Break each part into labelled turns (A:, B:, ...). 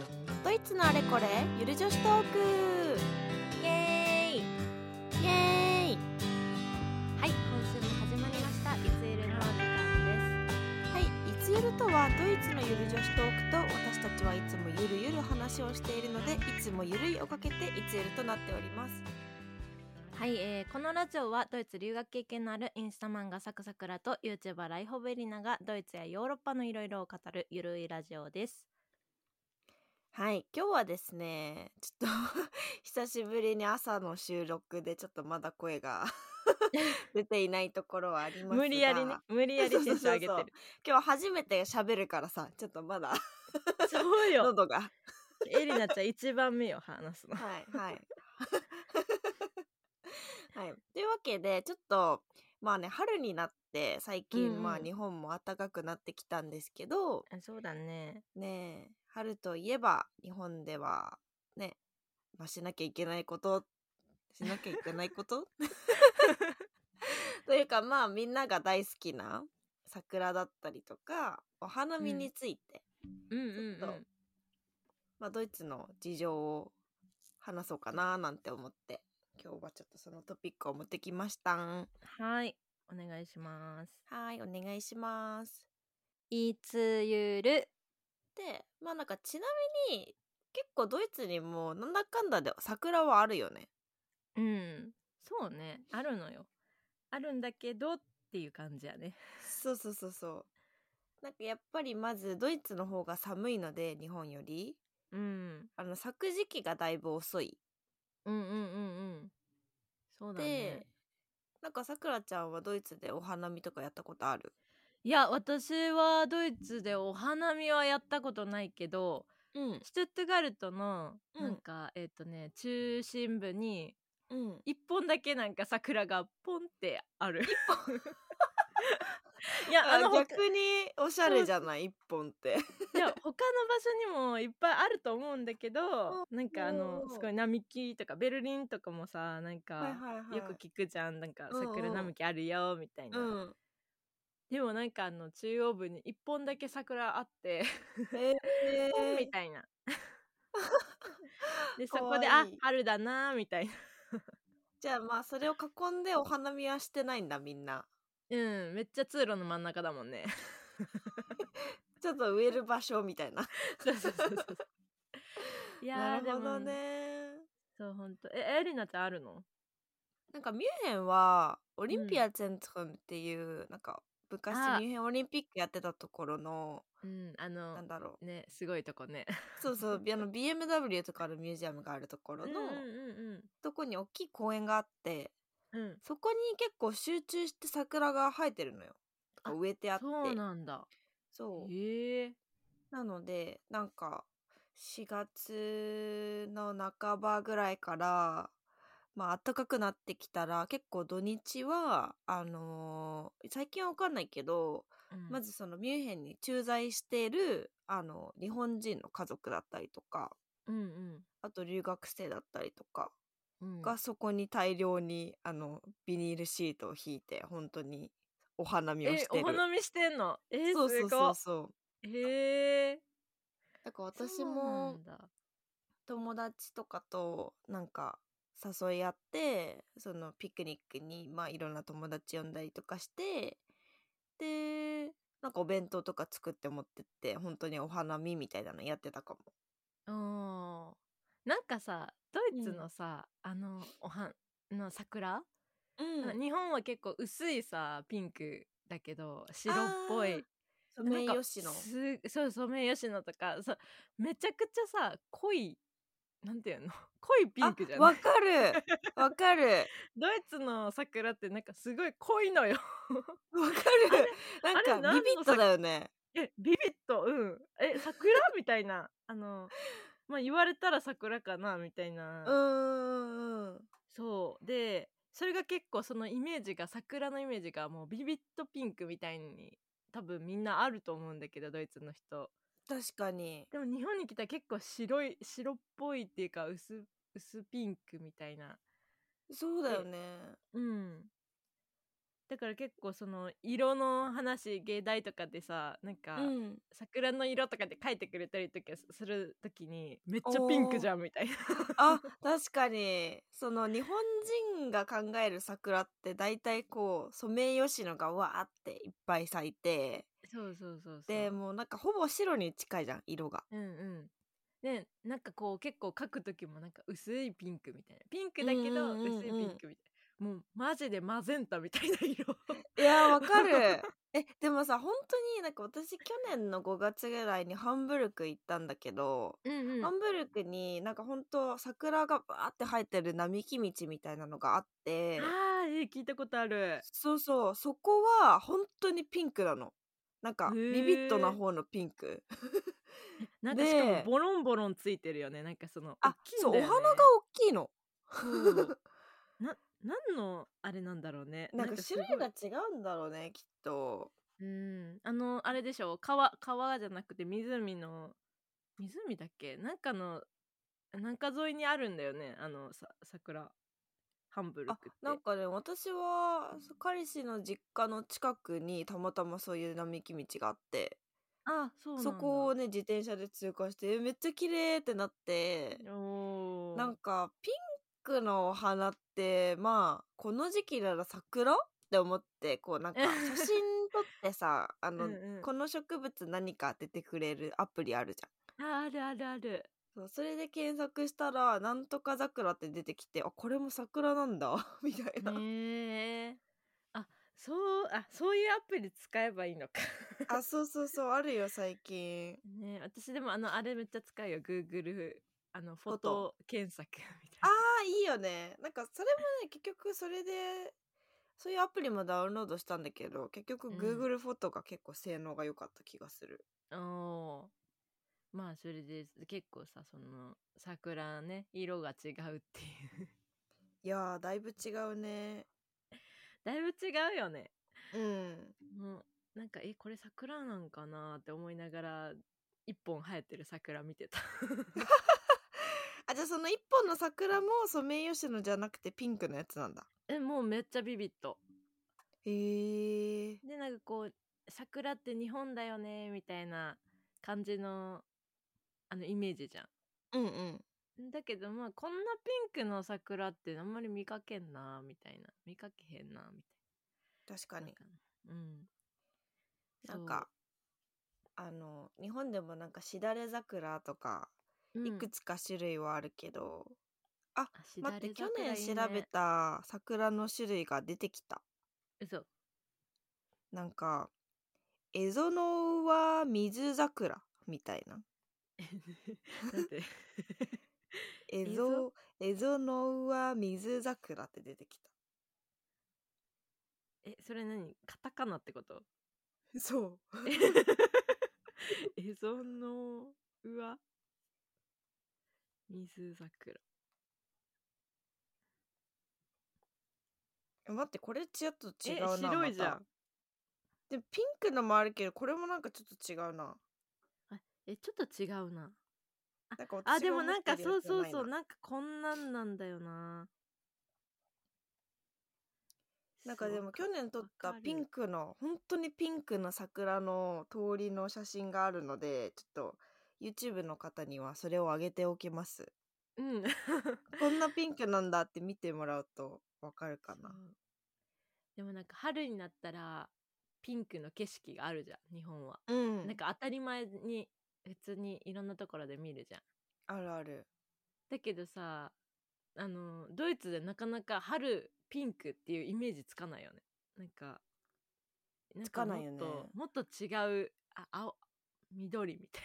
A: ッツのあれこれゆる女子トーク
B: イエ
A: イ
B: ーイ
A: エーイ
B: はい今週も始まりましたいつゆるのお時間で
A: はい「いつゆる」とはドイツのゆる女子トークと私たちはいつもゆるゆる話をしているのでいつもゆるいをかけて「いつゆる」となっております
B: すはい、えー、このラジオはドイツ留学経験のあるインスタ漫画サクサクラと YouTuber ライホベリナがドイツやヨーロッパのいろいろを語るゆるいラジオです
A: はい今日はですねちょっと 久しぶりに朝の収録でちょっとまだ声が 出ていないところはありますが
B: 無理やりね無理やり テンション上げてる
A: 今日初めて喋るからさちょっとまだ
B: そうよ
A: 喉が
B: エリナちゃん一番目よ話 すの
A: はいはい。 はい、というわけでちょっとまあね春になって最近、
B: うんうん
A: まあ日本も暖かくなってきたんですけど
B: あそうだね
A: ねえ春といえば日本ではね、まあ、しなきゃいけないことしなきゃいけないこと というかまあみんなが大好きな桜だったりとかお花見
B: うん
A: について、
B: うんうん
A: ちょっとまあ、ドイツの事情を話そうかななんて思って今日はちょっとそのトピックを持ってきましたん
B: うんはいお願いします
A: はいお願いします
B: いつゆる
A: でまあなんかちなみに結構ドイツにもなんだかんだで桜はあるよね
B: うんそうねあるのよあるんだけどっていう感じやね
A: そうそうそうそうなんかやっぱりまずドイツの方が寒いので日本より
B: うん
A: あの咲く時期がだいぶ遅い
B: うんうんうんうんそうだ
A: で、
B: ね
A: なんかさくらちゃんはドイツでお花見とかやったことある
B: いや私はドイツでお花見はやったことないけど
A: うん
B: シュトゥットガルトの
A: うん
B: なんか、えっ、とね中心部に
A: うん
B: 一本だけなんか桜がポンってある いやあの他
A: 逆におしゃれじゃない一本って
B: いや他の場所にもいっぱいあると思うんだけどなんかあの
A: うん
B: すごい並木とかベルリンとかもさなん
A: はい
B: か
A: はいはい、
B: よく聞くじゃんなんか
A: うんうん
B: 桜並木あるよみたいな、
A: うん、
B: でもなんかあの中央部に一本だけ桜あって、
A: えー
B: みた いなでそ
A: か
B: こ
A: わいい
B: であ春だなみたいな
A: じゃあまあそれを囲んでお花見はしてないんだみんな
B: うんめっちゃ通路の真ん中だもんね
A: ちょっと植える場所みたいな
B: そうそ うそうそうい
A: な
B: やー
A: るほど
B: でも
A: ね
B: そう本当えエリナちゃんあるの
A: なんかミュンヘンはオリンピアチェンツフンっていう、なんか昔
B: あ
A: ミュンヘンオリンピックやってたところの
B: うんあの
A: なんだろ
B: ねすごいとこね
A: う そうそうあの BMW とかのミュージアムがあるところの、
B: うん
A: とこに大きい公園があって
B: うんうんうん
A: そこに結構集中して桜が生えてるのよとか
B: あ
A: 植えてあって
B: そうなんだ
A: そう
B: へえ
A: なのでなんか4月の半ばぐらいからまあ暖かくなってきたら結構土日はあのー最近は分かんないけど、まずそのミュンヘンに駐在しているあの日本人の家族だったりとか
B: うん
A: あと留学生だったりとか
B: うん
A: がそこに大量にあのビニールシートを引いて本当にお花見を
B: え
A: して
B: お
A: る。
B: 花見してんのえー、
A: そうそ
B: す
A: う
B: ご
A: そう
B: っ
A: そう。
B: へえ
A: だから私も
B: そうなんだ
A: 友達とかとなんか誘い合ってそのピクニックにまあいろんな友達呼んだりとかしてでなんかお弁当とか作って持ってって本当にお花見みたいなのやってたかも
B: うんなんかさドイツのさ、あのおはの桜、
A: うん
B: 日本は結構薄いさピンクだけど白っぽい
A: ソメイヨシ
B: な
A: ノ
B: んかすそうソメイヨシノとかそうめちゃくちゃさ濃いなんていうの 濃いピンクじゃ
A: あ
B: ない
A: わかるわかる
B: ドイツの桜ってなんかすごい濃いのよ
A: わかる
B: あれ
A: なんか
B: 何
A: ビビ
B: の
A: ットだよね
B: えビビッとうんえ桜みたいなあのまあ言われたら桜かなみたいな、
A: うーん
B: そうでそれが結構そのイメージが桜のイメージがもうビビッとピンクみたいに多分みんなあると思うんだけどドイツの人
A: 確かに
B: でも日本に来たら結構白い白っぽいっていうか薄薄ピンクみたいな
A: そうだよね
B: うんだから結構その色の話芸大とかでさなんか、
A: うん、
B: 桜の色とかで書いてくれたりとかするときにめっちゃピンクじゃんみたいな
A: あ確かにその日本人が考える桜って大体こうソメイヨシノがわーっていっぱい咲いて
B: そうそうそうそう
A: でもうなんかほぼ白に近いじゃん色が。
B: うんうんでなんかこう結構書く時もなんか薄いピンクみたいなピンクだけど
A: うんうんうんうん
B: 薄いピンクみたいな、もうマジでマゼンタみたいな色
A: いやーわかる えでもさ本当になんか私去年の5月ぐらいにハンブルク行ったんだけど、
B: うん
A: ハンブルクになんか本当桜がバーって生えてる並木道みたいなのがあって
B: あーえー聞いたことある
A: そうそうそこは本当にピンクなのなんか
B: へー
A: ビビットな方のピンク
B: なんかしかも
A: で
B: ボロンボロンついてるよねなんかその
A: あ、
B: 大きい
A: そ
B: ん
A: う
B: だ
A: お
B: よね
A: 花が大きいの
B: そうな何のあれなんだろうね
A: なんか
B: す
A: 種
B: ごい
A: 類が違うんだろうねきっと
B: うんあのあれでしょ川川じゃなくて湖の湖だっけなんかのなんか沿いにあるんだよねあのさ桜ハンブルク
A: あ
B: って
A: なんかね私は彼氏の実家の近くにたまたまそういう並木道があって
B: あそうなんだ
A: そこをね自転車で通過してえめっちゃ綺麗ってなって
B: おー
A: なんかピンクのお花ってまあこの時期なら桜って思ってこうなんか写真撮ってさあの、
B: うんうん
A: この植物何か出てくれるアプリあるじゃん。
B: ああるあるあ る
A: そうそれで検索したら「なんとか桜」って出てきてあこれも桜なんだ みたいな、
B: ねえあそうあそういうアプリ使えばいいのか
A: あそうそうそうあるよ最近
B: ねえ私でもあのあれめっちゃ使うよ Google あのフォ
A: ォト
B: ト検索みたい
A: あ
B: な
A: ーいいよねなんかそれもね結局それでそういうアプリもダウンロードしたんだけど結局
B: うん
A: Google フォトが結構性能が良かった気がする、
B: おーまあそれで結構さその桜ね色が違うっていう
A: いやーだいぶ違うね
B: だいぶ違うよね
A: うん
B: もうなんかえこれ桜なんかなって思いながら一本生えてる桜見てた
A: あじゃあその一本の桜もソメイヨシノじゃなくてピンクのやつなんだ
B: えもうめっちゃビビッと
A: へー
B: でなんかこう桜って日本だよねみたいな感じのあのイメージじゃ
A: うんうん
B: んだけどまあこんなピンクの桜ってあんまり見かけんなみたいな見かけへんなみたいな
A: 確かに
B: うん。
A: なんか、あの日本でもなんかしだれ桜とかいく
B: つ
A: つか種類はあるけど、待って去年
B: 調
A: 調べ。た桜の種類が出てきた
B: 嘘。
A: なんか蝦夷のは水桜みたいな
B: なんて。
A: 蝦
B: 蝦
A: 夷蝦夷のは水桜って出てき
B: え、それ何カタカナって こと
A: た そう
B: えその、うわ。水桜。
A: え待ってこれちょっと違
B: え
A: うな
B: 白いじゃ
A: ま
B: ん。
A: たでピンクのもあるけどこれもなんかちょっと違うな
B: え、ちょっと違うな。
A: なんか私が
B: あ、でもなん
A: 思
B: か
A: ってる
B: そ
A: や
B: う
A: つじゃ
B: そ
A: な
B: う
A: い
B: そう、なんかこんなんなんだよな。
A: なんかでも去年撮ったピン
B: ク。
A: クの本当にピンクの桜の通りの写真があるのでちょっと YouTube の方にはそれを上げておきます
B: うん。
A: こんなピンクなんだって見てもらうとわかるかな
B: そうでもなんか春になったらピンクの景色があるじゃん日本は、
A: うん
B: なんか当たり前に普通にいろんなところで見るじゃん
A: あるある
B: だけどさあのドイツでなかなか春ピンクっていうイメージつかないよねなんかなん
A: つかないよね
B: もっともっと違うあ青緑みたい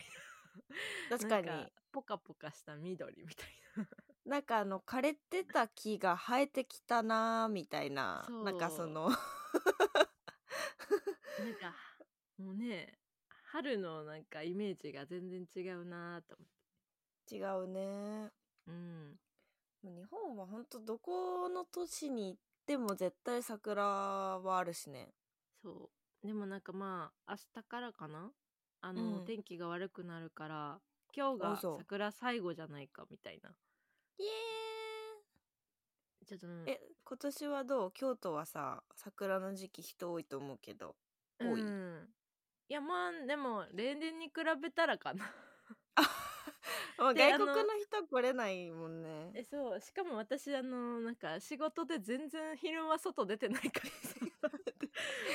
B: な
A: 確かに
B: な
A: なん
B: んかポカポカした緑みたいな
A: かあの枯れてた木が生えてきたなーみたいな
B: そう
A: なんかその
B: なんかもうね春のなんかイメージが全然違うなと思って
A: 違うね
B: うん
A: もう日本は本当どこの都市に行っても絶対桜はあるしね
B: そうでもなんかまあ明日からかなあの、
A: うん
B: 天気が悪くなるから今日が
A: あそう
B: 桜最後じゃないかみたいな
A: イエ
B: ちょっとうん
A: え今年はどう京都はさ桜の時期人多いと思うけど多い
B: うんいやまあでも例年に比べたらかな
A: もう
B: で
A: 外
B: あの
A: 国の人来れないもんね
B: えそうしかも私あのなんか仕事で全然昼間外出てないから さ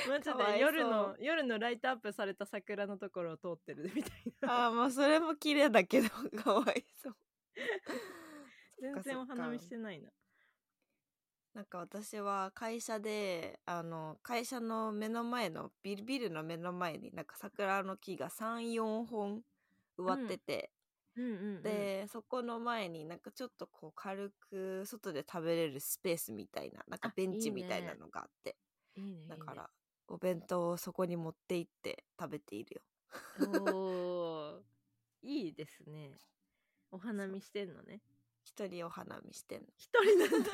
B: マジ
A: かわいそう
B: で夜の夜のライトアップされた桜のところを通ってるみたいな
A: ああまあそれも綺麗だけど かわい そう
B: 全然お花見して
A: ない
B: ない
A: な
B: な
A: んか私は会社であの会社の目の前のビルビルの目の前になんか桜の木が34本植わってて、
B: うんうん、うん、
A: でそこの前になんかちょっとこう軽く外で食べれるスペースみたいななんか
B: あ
A: ベン
B: い
A: チ
B: いね
A: みたいなのがあって
B: いいねいいね
A: だからお弁当をそこに持って行って食べているよ
B: おーいいですねお花見してんのね
A: 一人お花見してんの
B: 一人なんだ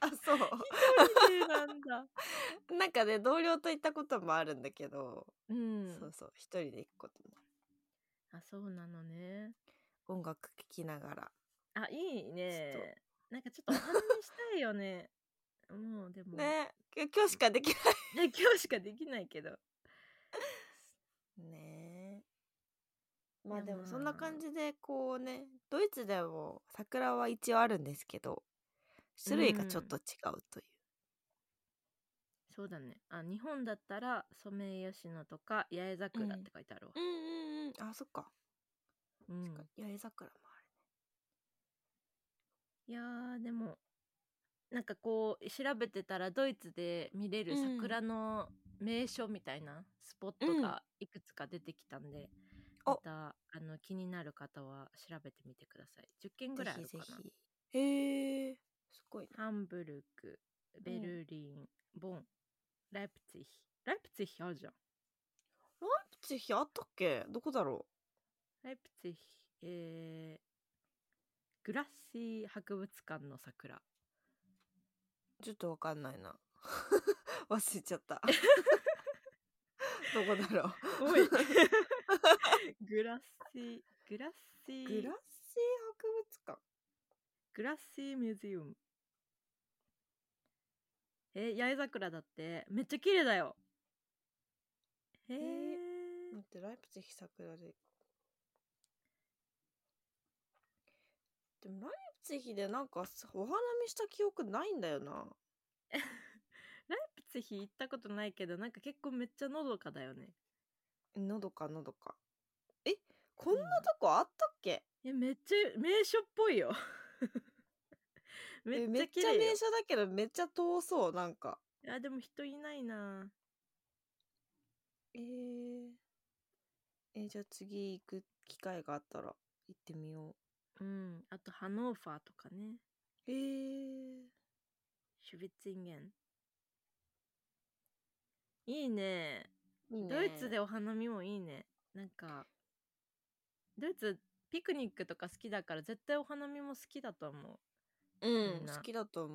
A: あそう
B: 一人なんだ
A: なんかね同僚と行ったこともあるんだけど、
B: うん
A: そうそう一人で行くこともあ
B: あそうなのね
A: る音楽聴きながら
B: あいい
A: ちょっ
B: ねなんかちょっとお花見したいよねもうでも
A: ねえ今日しかできな
B: ね今日しかできないけど
A: い ねえまあ
B: いや
A: でも
B: まあ
A: そんな感じでこうねドイツでも桜は一応あるんですけど種類がちょっと違うという、
B: そうだねあ日本だったらソメイヨシノとか八重桜って書いてあるわ、
A: うんうんうんあそっか
B: うん
A: 確かに八重桜もある
B: いやーでもなんかこう調べてたらドイツで見れ
A: う
B: る
A: ん
B: 桜の名所みたいなスポットがいくつか出てきたんで、
A: お
B: またあの気になる方は調べてみてください10件ぐらいあるか
A: ぜ
B: な
A: ひぜひへえすごいね
B: ハンブルクベルリン、ボンライプツィヒライプツィヒあるじゃん
A: ライプツィヒあったっけどこだろ
B: ライプツィヒえー、グラッシー博物館の桜
A: うちょっとわかんないな 忘れちゃった ど こだろう
B: おいグラッシーグラッシー
A: グラッシー博物館
B: グラッシーミュージウム。えー八重桜だって。めっちゃ綺麗だよ。へえ
A: え待ってライプツィヒ桜ででもライプツィヒでなんかお花見した記憶ないんだよな
B: ライプツィヒ行ったことないけど、なんか結構めっちゃのどかだよね。
A: のどかのどかえこんなとこあったっけ、
B: え、めっちゃ名所っぽいよ。め
A: え
B: っち
A: め
B: ゃ
A: っち
B: 綺
A: ゃ
B: 麗よ
A: 名。所だけどめっちゃ遠そうなんか
B: いや、でも人いないな。
A: えー、えーじゃあ次行く機会があったら行ってみよう
B: うん。あと、ハノーファーとかね。
A: えー、
B: シュビッツインゲン。いいね。
A: いいね
B: ドイツでお花見もいいねなんかドイツピクニックとか好きだから絶対お花見も好きだと思
A: うん
B: みんな
A: 好きだと思う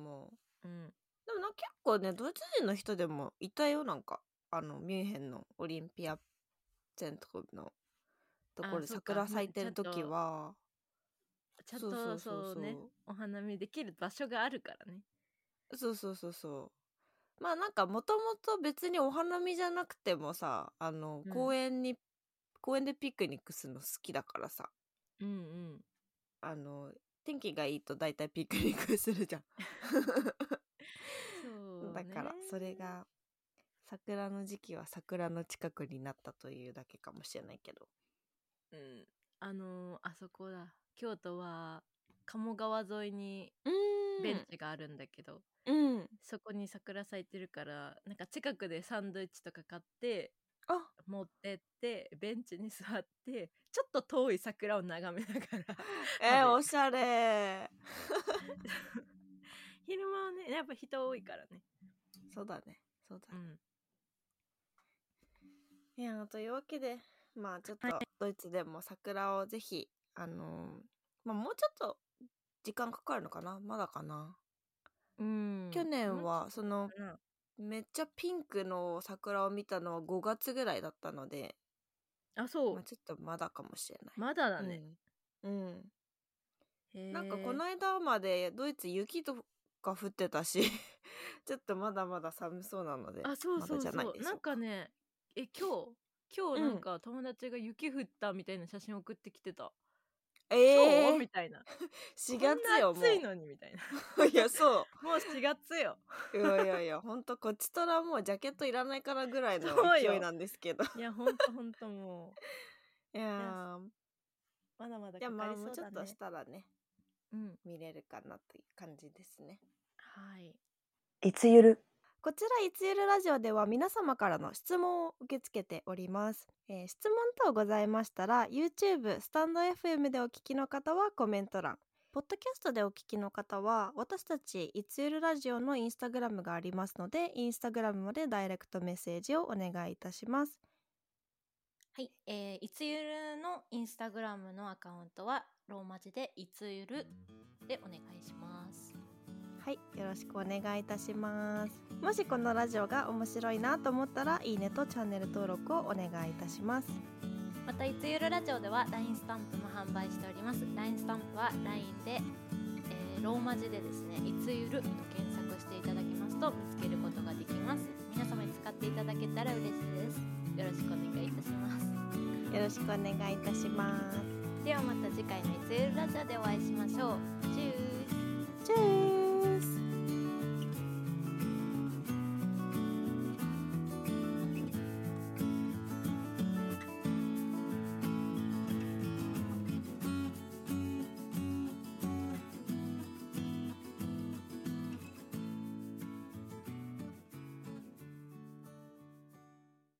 B: ううん
A: でもな結構ねドイツ人の人でもいたよなんかあのミュンヘンのオリンピアセントのところ
B: あ
A: で
B: そうか
A: 桜咲いてる
B: ねちゃんと
A: 時は
B: ちゃん
A: そうそ
B: と
A: うそうそう
B: そうねお花見できる場所があるからね
A: そうそうそうそうまあなんかもともと別にお花見じゃなくてもさあの
B: うん
A: 公園に、公園でピクニックするの好きだからさ
B: うんうん
A: あの天気がいいと大体ピクニックするじゃん
B: そう、
A: だ
B: ね、
A: からそれが桜の時期は桜の近くになったというだけかもしれないけど
B: うんあのーあそこだ京都は鴨川沿いに
A: うん
B: ベンチがあるんだけ
A: う
B: ど、
A: ん
B: そこに桜咲いてるからなんか近くでサンドイッチとか買って
A: あ
B: 持ってってベンチに座ってちょっと遠い桜を眺めながら
A: えー、
B: 食べ
A: おしゃれ
B: 昼間はねやっぱ人多いからね
A: そうだねそうだ
B: う
A: ね、
B: ん
A: いやというわけでまあちょっとドイツでも桜をぜひあのーまあもうちょっと時間かかるのかなまだかな、
B: うん
A: 去年はその
B: うんあ
A: めっちゃピンクの桜を見たのは5月ぐらいだったので、
B: そ
A: まあ、
B: う
A: ちょっとまだかもしれない
B: まだだね、
A: うん、うん
B: へー
A: なんかこの間までドイツ雪とが降ってたし ちょっとまだまだ寒そうなので
B: あそう
A: ま
B: そ
A: だ
B: う
A: じ
B: そ
A: ゃ
B: う
A: ない
B: な
A: でしょうん
B: かねえ今日今日
A: う
B: なんんか友達が雪降ったみたいな写真送ってきてた、
A: え
B: 今日
A: ー
B: み、たいな
A: 4月よも
B: こんな暑いのにみたいな
A: う いやそ
B: もう4月よ
A: ういやいやいやほんとこっちとらもうジャケットいらないからぐらいの
B: そうよ
A: 勢いなんですけど
B: いやほんとほんともう
A: いやー
B: まだまだ
A: じゃあ
B: か
A: ま
B: か
A: あ
B: り
A: もう
B: そう
A: ちょ
B: だ
A: っと
B: ね
A: したらね
B: うん
A: 見れるかなという感じですね
B: はい
C: いつゆる
A: こちらいつゆるラジオでは皆様からの質問を受け付けております、えー質問等ございましたら YouTube スタンド FM でお聞きの方はコメント欄ポッドキャストでお聞きの方は私たちいつゆるラジオのインスタグラムがありますのでインスタグラムまでダイレクトメッセージをお願いいたします
D: はい、えーいつゆるのインスタグラムのアカウントはローマ字でいつゆるでお願いします。
A: はい、よろしくお願いいたします。もしこのラジオが面白いなと思ったら、いいねとチャンネル登録をお願いいたします。
D: またいつゆるラジオでは LINE スタンプも販売しております。LINE スタンプは LINE で、えーローマ字でですね、いつゆると検索していただきますと見つけることができます。皆様に使っていただけたら嬉しいです。よろしくお願いいたします。
A: よろしくお願いいたします。
D: ではまた次回のいつゆるラジオでお会いしましょう。チュース
A: チュー